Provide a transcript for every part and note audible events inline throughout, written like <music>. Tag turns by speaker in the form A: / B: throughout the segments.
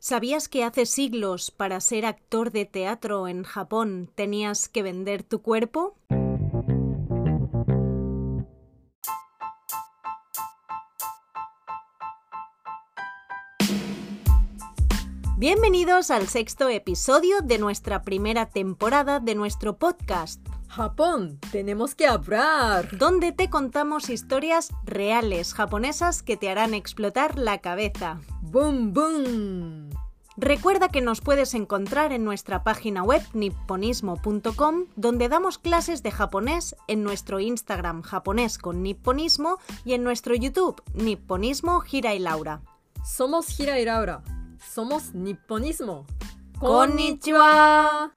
A: ¿Sabías que hace siglos para ser actor de teatro en Japón tenías que vender tu cuerpo? Bienvenidos al sexto episodio de nuestra primera temporada de nuestro podcast,
B: Japón, tenemos que hablar.
A: donde te contamos historias reales japonesas que te harán explotar la cabeza.
B: Boom, boom.
A: Recuerda que nos puedes encontrar en nuestra página web nipponismo.com, donde damos clases de japonés en nuestro Instagram japonés con nipponismo y en nuestro YouTube nipponismo Gira y Laura.
B: Somos Hira y Laura. Somos nipponismo.
A: ¡Konnichiwa!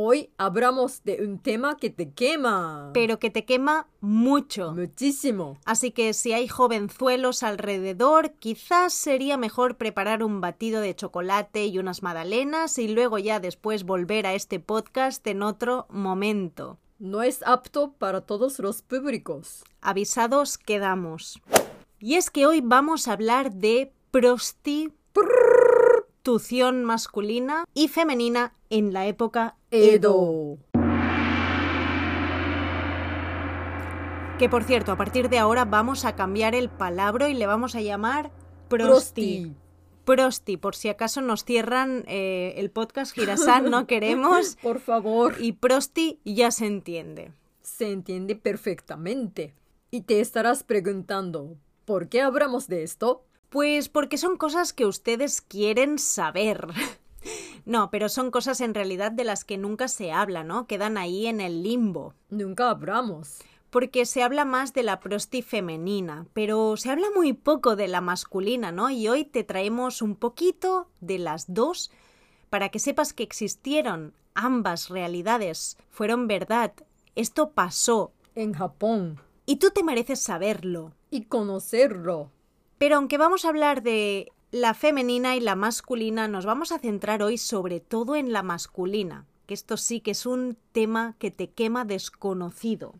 B: Hoy hablamos de un tema que te quema.
A: Pero que te quema mucho.
B: Muchísimo.
A: Así que si hay jovenzuelos alrededor, quizás sería mejor preparar un batido de chocolate y unas magdalenas y luego ya después volver a este podcast en otro momento.
B: No es apto para todos los públicos.
A: Avisados quedamos. Y es que hoy vamos a hablar de prostitución masculina y femenina en la época Edo.
B: Edo.
A: Que por cierto, a partir de ahora vamos a cambiar el palabra y le vamos a llamar prosti.
B: Prosti.
A: Prosti, por si acaso nos cierran eh, el podcast Girasan, no queremos.
B: Por favor.
A: Y prosti ya se entiende.
B: Se entiende perfectamente. Y te estarás preguntando, ¿por qué hablamos de esto?
A: Pues porque son cosas que ustedes quieren saber. <laughs> No, pero son cosas en realidad de las que nunca se habla, ¿no? Quedan ahí en el limbo.
B: Nunca hablamos.
A: Porque se habla más de la prosti femenina, pero se habla muy poco de la masculina, ¿no? Y hoy te traemos un poquito de las dos para que sepas que existieron ambas realidades, fueron verdad, esto pasó
B: En Japón.
A: y tú te mereces saberlo.
B: Y conocerlo.
A: Pero aunque vamos a hablar de la femenina y la masculina, nos vamos a centrar hoy sobre todo en la masculina, que esto sí que es un tema que te quema desconocido.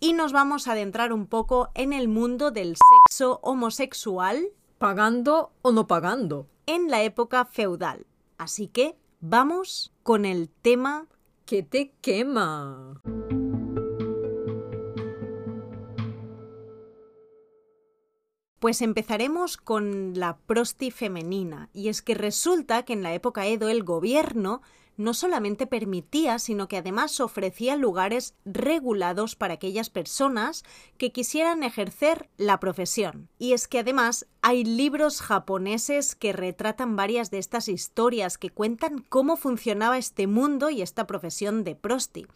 A: Y nos vamos a adentrar un poco en el mundo del sexo homosexual
B: pagando o no pagando.
A: en la época feudal. Así que vamos con el tema
B: que te quema?
A: Pues empezaremos con la prosti femenina, y es que resulta que en la época Edo el gobierno no solamente permitía, sino que además ofrecía lugares regulados para aquellas personas que quisieran ejercer la profesión. Y es que además hay libros japoneses que retratan varias de estas historias que cuentan cómo funcionaba este mundo y esta profesión de prosti.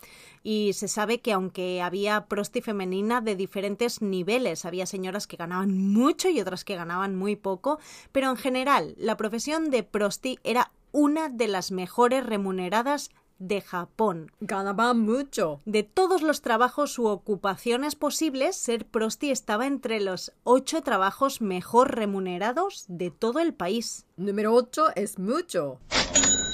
A: Y se sabe que aunque había prosti femenina de diferentes niveles, había señoras que ganaban mucho y otras que ganaban muy poco, pero en general la profesión de prosti era una de las mejores remuneradas de Japón.
B: Ganaba mucho.
A: De todos los trabajos u ocupaciones posibles, ser prosti estaba entre los ocho trabajos mejor remunerados de todo el país.
B: Número 8 es mucho.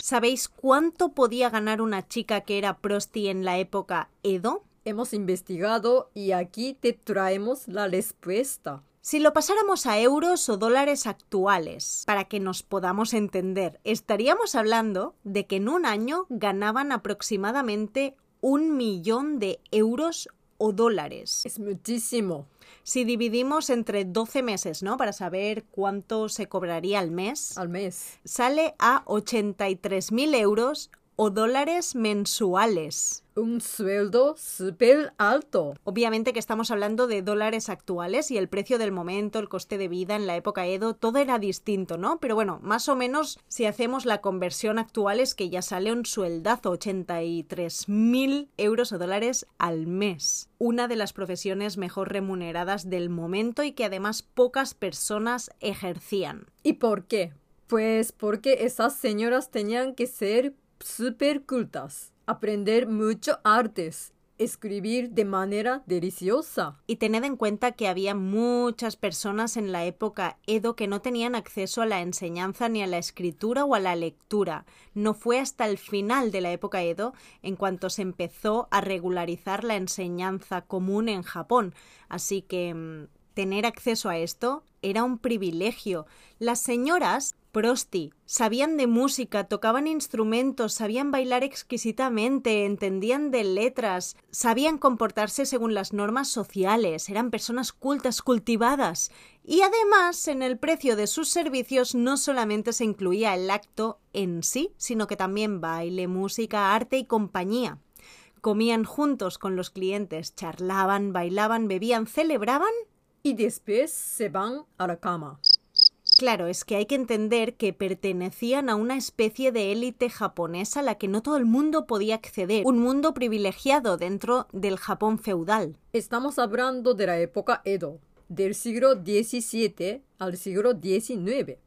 A: ¿Sabéis cuánto podía ganar una chica que era prosti en la época Edo?
B: Hemos investigado y aquí te traemos la respuesta.
A: Si lo pasáramos a euros o dólares actuales, para que nos podamos entender, estaríamos hablando de que en un año ganaban aproximadamente un millón de euros o dólares.
B: Es muchísimo.
A: Si dividimos entre 12 meses, ¿no? Para saber cuánto se cobraría al mes,
B: Al mes.
A: sale a 83.000 euros o dólares mensuales.
B: Un sueldo súper alto.
A: Obviamente que estamos hablando de dólares actuales y el precio del momento, el coste de vida en la época Edo, todo era distinto, ¿no? Pero bueno, más o menos si hacemos la conversión actual es que ya sale un sueldazo, 83.000 euros o dólares al mes. Una de las profesiones mejor remuneradas del momento y que además pocas personas ejercían.
B: ¿Y por qué? Pues porque esas señoras tenían que ser súper cultas, aprender mucho artes escribir de manera deliciosa.
A: Y tened en cuenta que había muchas personas en la época Edo que no tenían acceso a la enseñanza ni a la escritura o a la lectura. No fue hasta el final de la época Edo en cuanto se empezó a regularizar la enseñanza común en Japón. Así que mm, tener acceso a esto era un privilegio. Las señoras prosti. Sabían de música, tocaban instrumentos, sabían bailar exquisitamente, entendían de letras, sabían comportarse según las normas sociales, eran personas cultas, cultivadas. Y además, en el precio de sus servicios no solamente se incluía el acto en sí, sino que también baile, música, arte y compañía. Comían juntos con los clientes, charlaban, bailaban, bebían, celebraban
B: Y después se van a la cama.
A: Claro, es que hay que entender que pertenecían a una especie de élite japonesa a la que no todo el mundo podía acceder, un mundo privilegiado dentro del Japón feudal.
B: Estamos hablando de la época Edo, del siglo XVII al siglo XIX.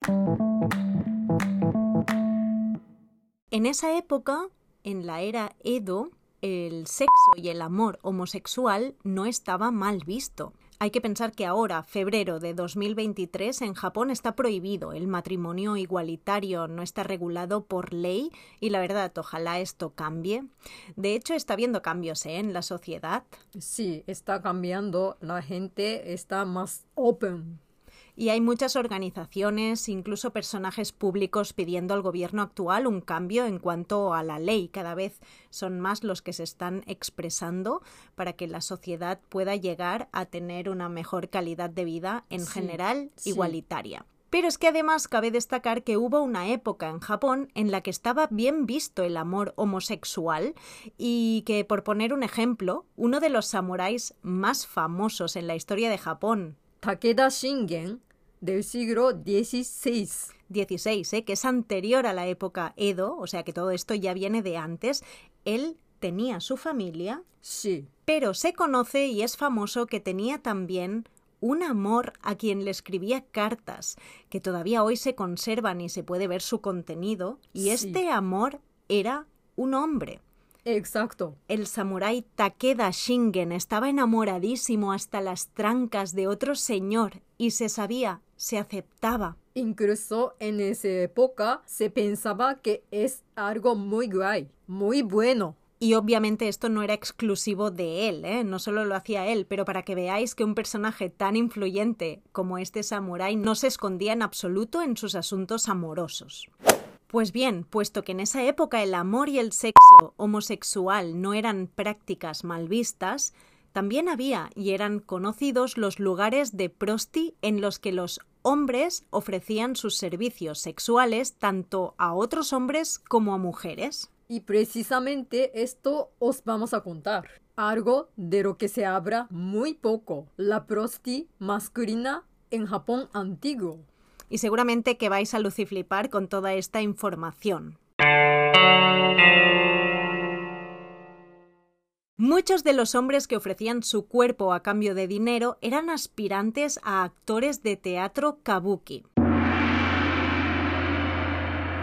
A: En esa época, en la era Edo, el sexo y el amor homosexual no estaba mal visto. Hay que pensar que ahora, febrero de 2023, en Japón está prohibido. El matrimonio igualitario no está regulado por ley y la verdad, ojalá esto cambie. De hecho, está habiendo cambios ¿eh? en la sociedad.
B: Sí, está cambiando, la gente está más open.
A: Y hay muchas organizaciones, incluso personajes públicos pidiendo al gobierno actual un cambio en cuanto a la ley. Cada vez son más los que se están expresando para que la sociedad pueda llegar a tener una mejor calidad de vida en
B: Sí,
A: general
B: sí.
A: igualitaria. Pero es que además cabe destacar que hubo una época en Japón en la que estaba bien visto el amor homosexual y que, por poner un ejemplo, uno de los samuráis más famosos en la historia de Japón,
B: Takeda Shingen, del siglo XVI.
A: 16, ¿eh? que es anterior a la época Edo, o sea que todo esto ya viene de antes, él tenía su familia,
B: Sí,
A: pero se conoce y es famoso que tenía también un amor a quien le escribía cartas, que todavía hoy se conservan y se puede ver su contenido, y
B: Sí.
A: este amor era un hombre.
B: exacto.
A: El samurái Takeda Shingen estaba enamoradísimo hasta las trancas de otro señor y se sabía, se aceptaba.
B: Incluso en esa época se pensaba que es algo muy guay, muy bueno.
A: Y obviamente esto no era exclusivo de él, ¿eh? no solo lo hacía él, pero para que veáis que un personaje tan influyente como este samurái no se escondía en absoluto en sus asuntos amorosos. Pues bien, puesto que en esa época el amor y el sexo homosexual no eran prácticas mal vistas, también había y eran conocidos los lugares de prosti en los que los hombres ofrecían sus servicios sexuales tanto a otros hombres como a mujeres.
B: Y precisamente esto os vamos a contar. Algo de lo que se habla muy poco, la prosti masculina en Japón antiguo.
A: y seguramente que vais a luciflipar con toda esta información. Muchos de los hombres que ofrecían su cuerpo a cambio de dinero eran aspirantes a actores de teatro kabuki.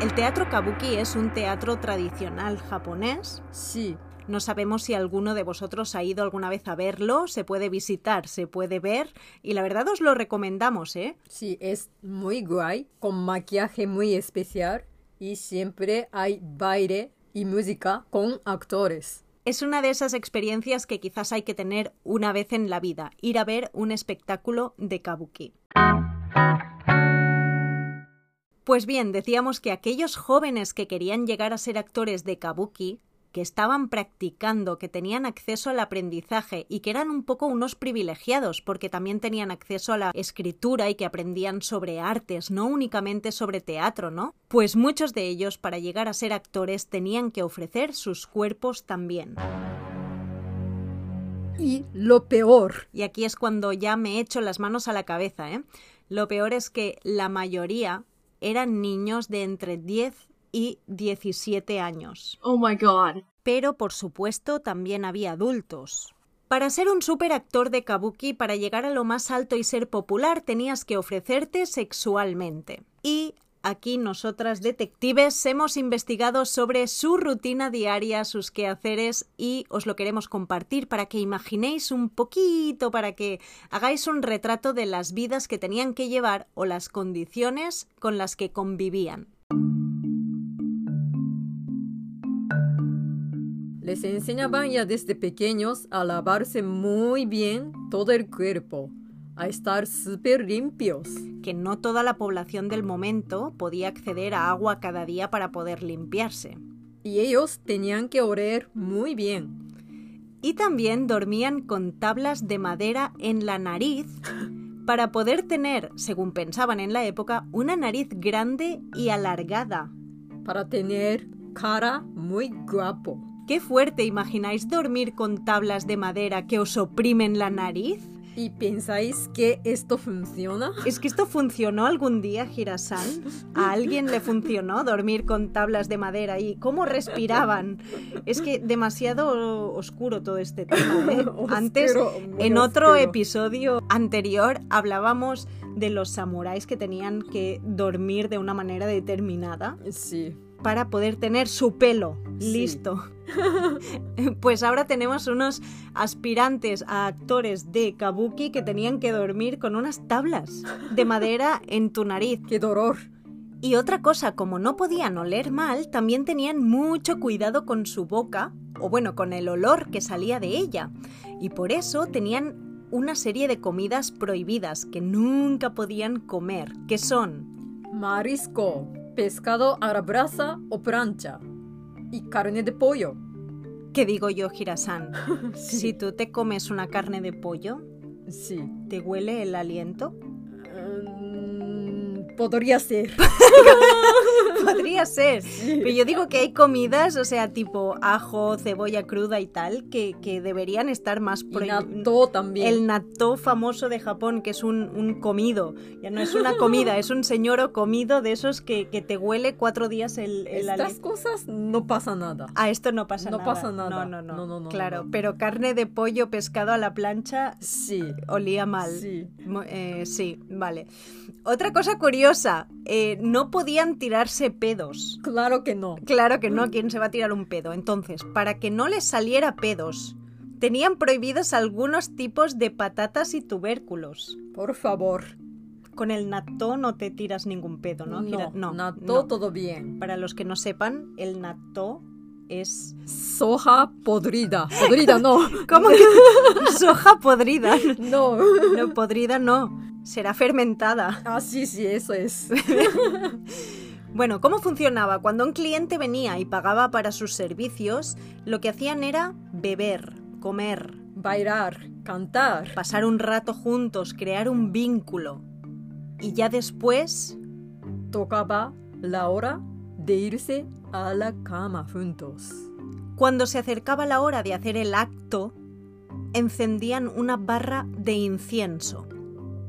A: El teatro kabuki es un teatro tradicional japonés
B: Sí,
A: no sabemos si alguno de vosotros ha ido alguna vez a verlo, se puede visitar, se puede ver y la verdad os lo recomendamos, ¿eh?
B: sí, es muy guay, con maquillaje muy especial y siempre hay baile y música con actores.
A: Es una de esas experiencias que quizás hay que tener una vez en la vida, ir a ver un espectáculo de kabuki. Pues bien, decíamos que aquellos jóvenes que querían llegar a ser actores de kabuki, que estaban practicando, que tenían acceso al aprendizaje y que eran un poco unos privilegiados porque también tenían acceso a la escritura y que aprendían sobre artes, no únicamente sobre teatro, ¿no? Pues muchos de ellos para llegar a ser actores tenían que ofrecer sus cuerpos también.
B: Y lo peor,
A: Y aquí es cuando ya me echo las manos a la cabeza, ¿eh? Lo peor es que la mayoría eran niños de entre 10 y 17 años.
C: Oh my god.
A: Pero, por supuesto, también había adultos. Para ser un superactor de kabuki, para llegar a lo más alto y ser popular, tenías que ofrecerte sexualmente. Y Aquí nosotras detectives hemos investigado sobre su rutina diaria, sus quehaceres y os lo queremos compartir para que imaginéis un poquito, para que hagáis un retrato de las vidas que tenían que llevar o las condiciones con las que convivían.
B: Les enseñaban ya desde pequeños a lavarse muy bien todo el cuerpo, a estar súper limpios.
A: Que no toda la población del momento podía acceder a agua cada día para poder limpiarse.
B: Y ellos tenían que oler muy bien.
A: Y también dormían con tablas de madera en la nariz para poder tener, según pensaban en la época, una nariz grande y alargada.
B: Para tener cara muy guapo.
A: Qué fuerte imagináis dormir con tablas de madera que os oprimen la nariz.
B: ¿Y pensáis que esto
A: <laughs>
B: funciona?
A: ¿Es que esto funcionó algún día, Girasan? ¿A alguien le funcionó dormir con tablas de madera y cómo respiraban? Es que demasiado oscuro todo este tema.
B: <laughs>
A: ¿eh? Antes, en otro episodio anterior, hablábamos de los samuráis que tenían que dormir de una manera determinada.
B: Sí
A: para poder tener su pelo. Sí. Listo. <laughs> pues ahora tenemos unos aspirantes a actores de kabuki que tenían que dormir con unas tablas de <laughs> madera en tu nariz.
B: ¡Qué dolor!
A: Y otra cosa, como no podían oler mal, también tenían mucho cuidado con su boca, o bueno, con el olor que salía de ella. Y por eso tenían una serie de comidas prohibidas que nunca podían comer, que son...
B: Marisco, pescado a la brasa o plancha y carne de pollo.
A: ¿Qué digo yo, Girasan? <laughs> sí. Si tú te comes una carne de pollo,
B: sí.
A: ¿te huele el aliento? <laughs>
B: Um, podría ser.
A: podría ser. Sí. Pero yo digo que hay comidas, o sea, tipo ajo, cebolla cruda y tal, que, que deberían estar más
B: prohibidas. Natto también.
A: El natto famoso de Japón, que es un, un, comido. Ya no es una
B: <laughs>
A: comida, es un señor comido de esos que, que, te huele cuatro días el, el
B: Estas ale... cosas no pasa nada.
A: Ah, esto no pasa
B: no
A: nada.
B: Pasa
A: No,
B: nada.
A: no,
B: no. no, no
A: claro, pero carne de pollo, pescado a la plancha,
B: sí.
A: Olía mal.
B: Sí.
A: Eh, sí, vale. Otra cosa curiosa, eh, no podían tirarse pedos.
B: Claro que no.
A: Claro que no, ¿quién se va a tirar un pedo? Entonces, para que no les saliera pedos, tenían prohibidos algunos tipos de patatas y tubérculos.
B: Por favor.
A: Con el natto no te tiras ningún pedo, ¿no?
B: No, no natto no. todo bien.
A: Para los que no sepan, el natto es
B: soja podrida. Podrida no.
A: <laughs> ¿Cómo que soja podrida?
B: No.
A: No, podrida no. Será fermentada.
B: Ah, sí, sí, eso es.
A: Bueno, ¿cómo funcionaba? Cuando un cliente venía y pagaba para sus servicios, lo que hacían era beber, comer,
B: bailar, cantar,
A: pasar un rato juntos, crear un vínculo. Y ya después
B: tocaba la hora de irse a la cama juntos.
A: Cuando se acercaba la hora de hacer el acto, encendían una barra de incienso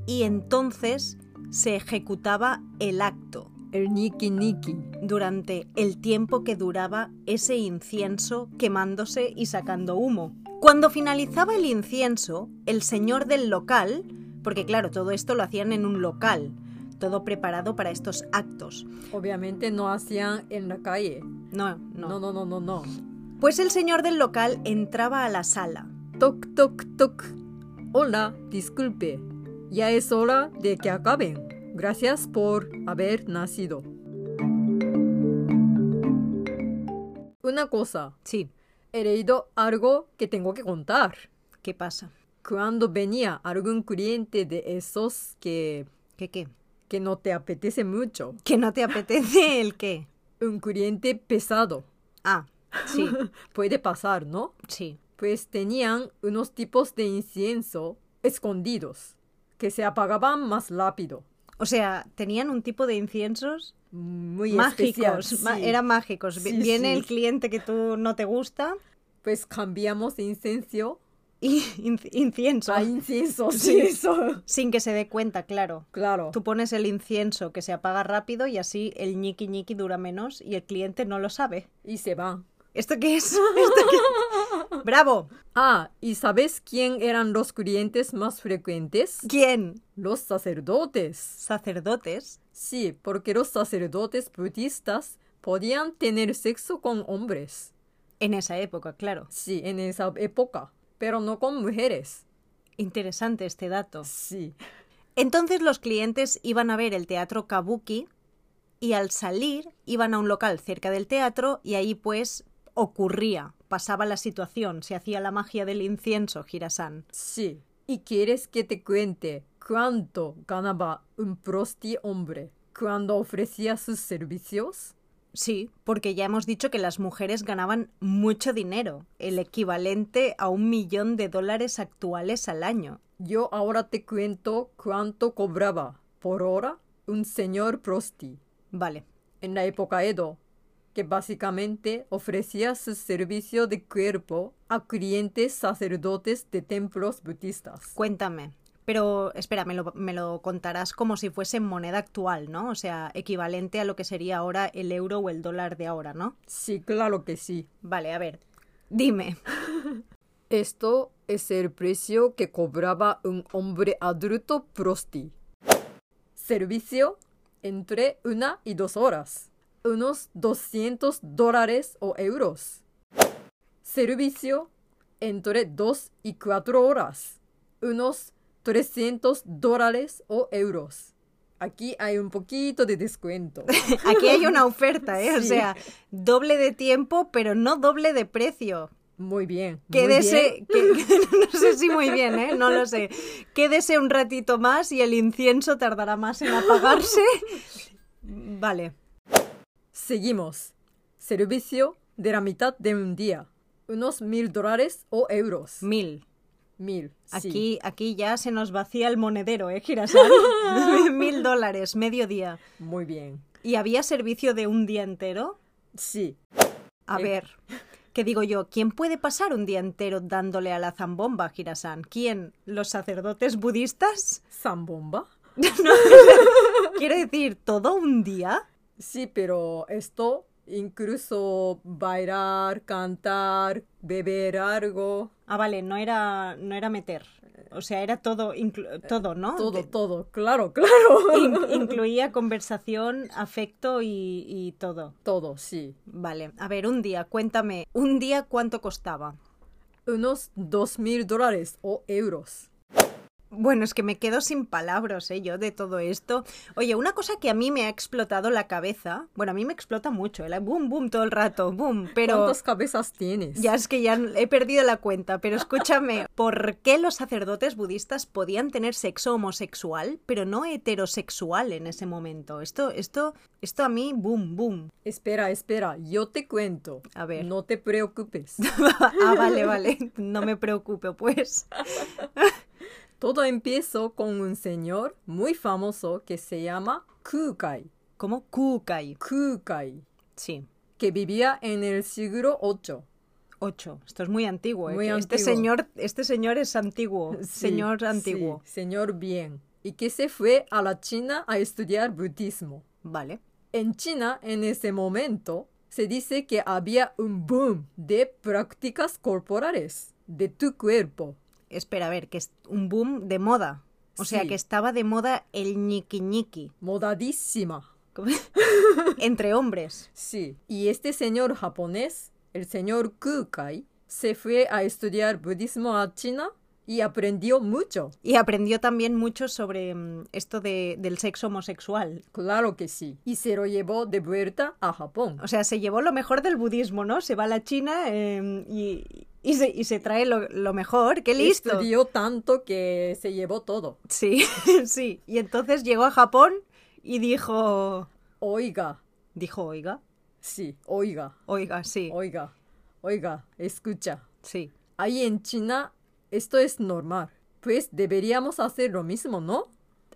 A: y entonces se ejecutaba el acto
B: el niki niki
A: durante el tiempo que duraba ese incienso quemándose y sacando humo. Cuando finalizaba el incienso, el señor del local, porque claro, todo esto lo hacían en un local, todo preparado para estos actos.
B: Obviamente no hacían en la calle.
A: No, no.
B: No, no, no, no, no.
A: Pues el señor del local entraba a la sala.
B: Toc, toc, toc. Hola, disculpe. Ya es hora de que acaben. Gracias por haber nacido. Una cosa.
A: Sí.
B: He leído algo que tengo que contar.
A: ¿Qué pasa?
B: Cuando venía algún cliente de esos que...
A: ¿Qué qué?
B: Que no te apetece mucho.
A: ¿Que no te apetece el qué?
B: Un cliente pesado.
A: Ah, <laughs> sí.
B: Puede pasar, ¿no?
A: Sí.
B: Pues tenían unos tipos de incienso escondidos que se apagaban más rápido.
A: O sea, tenían un tipo de inciensos
B: muy
A: mágicos,
B: sí.
A: eran mágicos. Sí, Viene sí. el cliente que tú no te gusta,
B: pues cambiamos incienso
A: y <laughs> in incienso.
B: A
A: <laughs>
B: incienso, sí, eso.
A: Sin que se dé cuenta, claro.
B: <laughs> Claro.
A: Tú pones el incienso que se apaga rápido y así el ñiqui ñiqui dura menos y el cliente no lo sabe.
B: Y se va.
A: ¿Esto qué es? <laughs> ¿Esto qué es? ¡Bravo!
B: Ah, ¿y sabes quién eran los clientes más frecuentes?
A: ¿Quién?
B: Los sacerdotes.
A: ¿Sacerdotes?
B: Sí, porque los sacerdotes budistas podían tener sexo con hombres.
A: En esa época, claro.
B: Sí, en esa época, pero no con mujeres.
A: Interesante este dato.
B: Sí.
A: Entonces los clientes iban a ver el teatro Kabuki y al salir iban a un local cerca del teatro y ahí pues ocurría, pasaba la situación, se hacía la magia del incienso, Hirasan.
B: Sí. ¿Y quieres que te cuente cuánto ganaba un prosti hombre cuando ofrecía sus servicios?
A: Sí, porque ya hemos dicho que las mujeres ganaban mucho dinero, el equivalente a un millón de dólares actuales al año.
B: Yo ahora te cuento cuánto cobraba por hora un señor prosti
A: Vale,
B: en la época Edo, que básicamente ofrecía su servicio de cuerpo a clientes sacerdotes de templos budistas.
A: cuéntame. Pero espera, me lo, me lo contarás como si fuese moneda actual, ¿no? O sea, equivalente a lo que sería ahora el euro o el dólar de ahora, ¿no?
B: Sí, claro que sí.
A: Vale, a ver. Dime. <laughs>
B: Esto es el precio que cobraba un hombre adulto prosti. Servicio entre una y dos horas. Unos 200 dólares o euros. Servicio entre dos y cuatro horas. Unos 300 dólares o euros. Aquí hay un poquito de descuento.
A: Aquí hay una oferta, ¿eh? O
B: Sí.
A: sea, doble de tiempo, pero no doble de precio.
B: Muy bien. muy bien.
A: Quédese, que- <laughs> no sé si muy bien, ¿eh? No lo sé. Quédese un ratito más y el incienso tardará más en
B: <laughs>
A: apagarse. Vale.
B: Seguimos. Servicio de la mitad de un día. Unos mil dólares o euros.
A: Mil.
B: Mil. sí.
A: Aquí, aquí ya se nos vacía el monedero, ¿eh, Girasal? <laughs> Mil dólares, mediodía.
B: Muy bien.
A: ¿Y había servicio de un día entero?
B: Sí.
A: A
B: Eh.
A: ver, ¿qué digo yo? ¿Quién puede pasar un día entero dándole a la zambomba, Girasán? ¿Quién? ¿Los sacerdotes budistas?
B: ¿Zambomba?
A: Quiero decir, ¿todo un día?
B: Sí, pero esto incluso bailar, cantar, beber algo.
A: Ah, vale, no era, no era meter. O sea, era todo, inclu- todo, ¿no?
B: Todo,
A: De-
B: todo. Claro, claro.
A: in- incluía conversación, afecto y, y todo.
B: <laughs> Todo, sí.
A: Vale, a ver, un día, cuéntame, ¿un día cuánto costaba?
B: Unos dos mil dólares o euros.
A: Bueno, es que me quedo sin palabras, ¿eh? Yo de todo esto. Oye, una cosa que a mí me ha explotado la cabeza. Bueno, a mí me explota mucho, el boom, boom todo el rato, boom. Pero
B: ¿Cuántas cabezas tienes?
A: ya es que ya he perdido la cuenta. Pero escúchame, ¿por qué los sacerdotes budistas podían tener sexo homosexual, pero no heterosexual en ese momento? Esto, esto, esto a mí, boom, boom. <laughs>
B: Espera, espera. Yo te cuento.
A: A ver.
B: No te preocupes.
A: <laughs> ah, vale, vale. No me preocupe, pues.
B: Todo empezó con un señor muy famoso que se llama Kukai.
A: Como Kukai.
B: Kukai,
A: Sí.
B: que vivía en el siglo VIII.
A: 8. Esto es muy antiguo. ¿eh?
B: Muy
A: Que este,
B: antiguo.
A: señor, este señor es antiguo. señor
B: Sí,
A: antiguo.
B: sí, señor bien. Y que se fue a la China a estudiar budismo.
A: Vale.
B: En China, en ese momento, se dice que había un boom de prácticas corporales de tu cuerpo.
A: Espera, a ver, que es un boom de moda. O sea,
B: Sí.
A: que estaba de moda el ñiqui ñiqui.
B: Modadísima. <laughs>
A: ¿Cómo? Entre hombres.
B: Sí. Y este señor japonés, el señor Kukai, se fue a estudiar budismo a China y aprendió mucho.
A: Y aprendió también mucho sobre mm, esto de- del sexo homosexual.
B: Claro que sí. Y se lo llevó de vuelta a Japón.
A: O sea, se llevó lo mejor del budismo, ¿no? Se va a la China eh, y, y se, y se trae lo, lo mejor. ¡Qué listo!
B: Estudió tanto que se llevó todo.
A: Sí, <laughs> sí. Y entonces llegó a Japón y dijo...
B: Oiga,
A: Dijo, oiga.
B: sí, oiga,
A: Oiga, sí,
B: oiga, oiga, escucha.
A: sí.
B: Ahí en China esto es normal. Pues deberíamos hacer lo mismo, ¿no?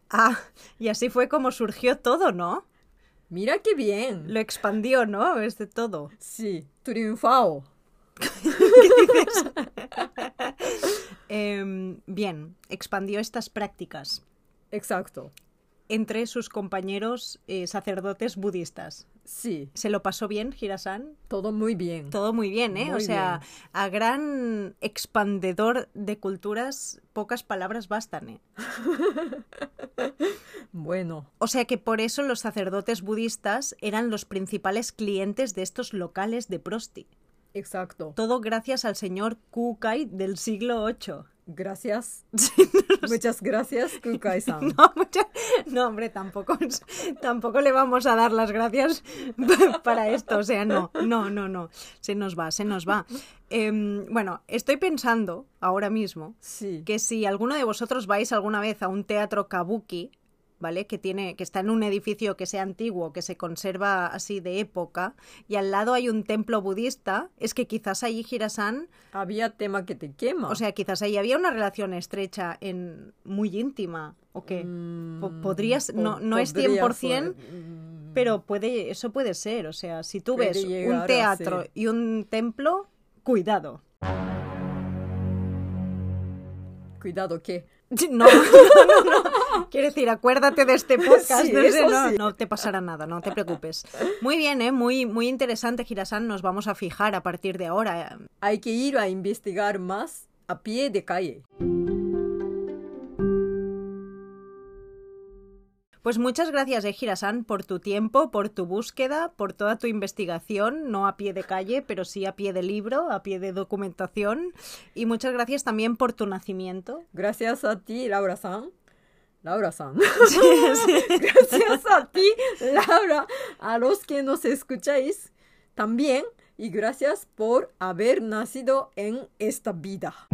A: Ah, y así fue como surgió todo, ¿no?
B: Mira qué bien.
A: Lo expandió, ¿no? Este todo.
B: Sí, triunfao.
A: Em, bien, expandió estas prácticas
B: Exacto.
A: entre sus compañeros eh, sacerdotes budistas.
B: Sí,
A: ¿Se lo pasó bien, Hirasan?
B: todo muy bien.
A: Todo muy bien, ¿eh? o
B: Muy
A: sea, a gran expandedor de culturas, pocas palabras bastan, ¿eh?
B: Bueno,
A: O sea que por eso los sacerdotes budistas eran los principales clientes de estos locales de prosti.
B: exacto.
A: Todo gracias al señor Kukai del siglo VIII.
B: Gracias.
A: <laughs> Sí, <laughs>
B: Muchas gracias, Kukai-san.
A: No, mucha- no, hombre, tampoco, tampoco le vamos a dar las gracias <laughs> pa- para esto. O sea, no, no, no, no. Se nos va, se nos va. Em, bueno, estoy pensando ahora mismo
B: Sí.
A: que si alguno de vosotros vais alguna vez a un teatro kabuki, ¿vale? Que tiene, que está en un edificio que sea antiguo, que se conserva así de época, y al lado hay un templo budista, es que quizás allí Hirasan,
B: Había tema que te quema.
A: o sea, quizás ahí había una relación estrecha en muy íntima, o qué.
B: Mm.
A: po- podrías- no- no es 100%,
B: Mm,
A: Pero puede, eso puede ser, o sea, si tú
B: Puede
A: ves
B: llegar
A: un
B: a
A: teatro
B: ser.
A: y un templo, cuidado.
B: Cuidado que. <laughs>
A: No, no, no, no. Quiero decir, acuérdate de este podcast.
B: Sí,
A: no, sé,
B: eso
A: no,
B: sí.
A: no te pasará nada, no te preocupes. Muy bien, ¿eh? muy, muy interesante, Girasan. Nos vamos a fijar a partir de ahora. eh,
B: Hay que ir a investigar más a pie de calle.
A: Pues muchas gracias, eh, Girasan, por tu tiempo, por tu búsqueda, por toda tu investigación, no a pie de calle, pero sí a pie de libro, a pie de documentación. Y muchas gracias también por tu nacimiento.
B: Gracias a ti, Laura-san. Laura-san. <laughs>
A: Sí, sí.
B: Gracias a ti, Laura, a los que nos escucháis también. Y gracias por haber nacido en esta vida.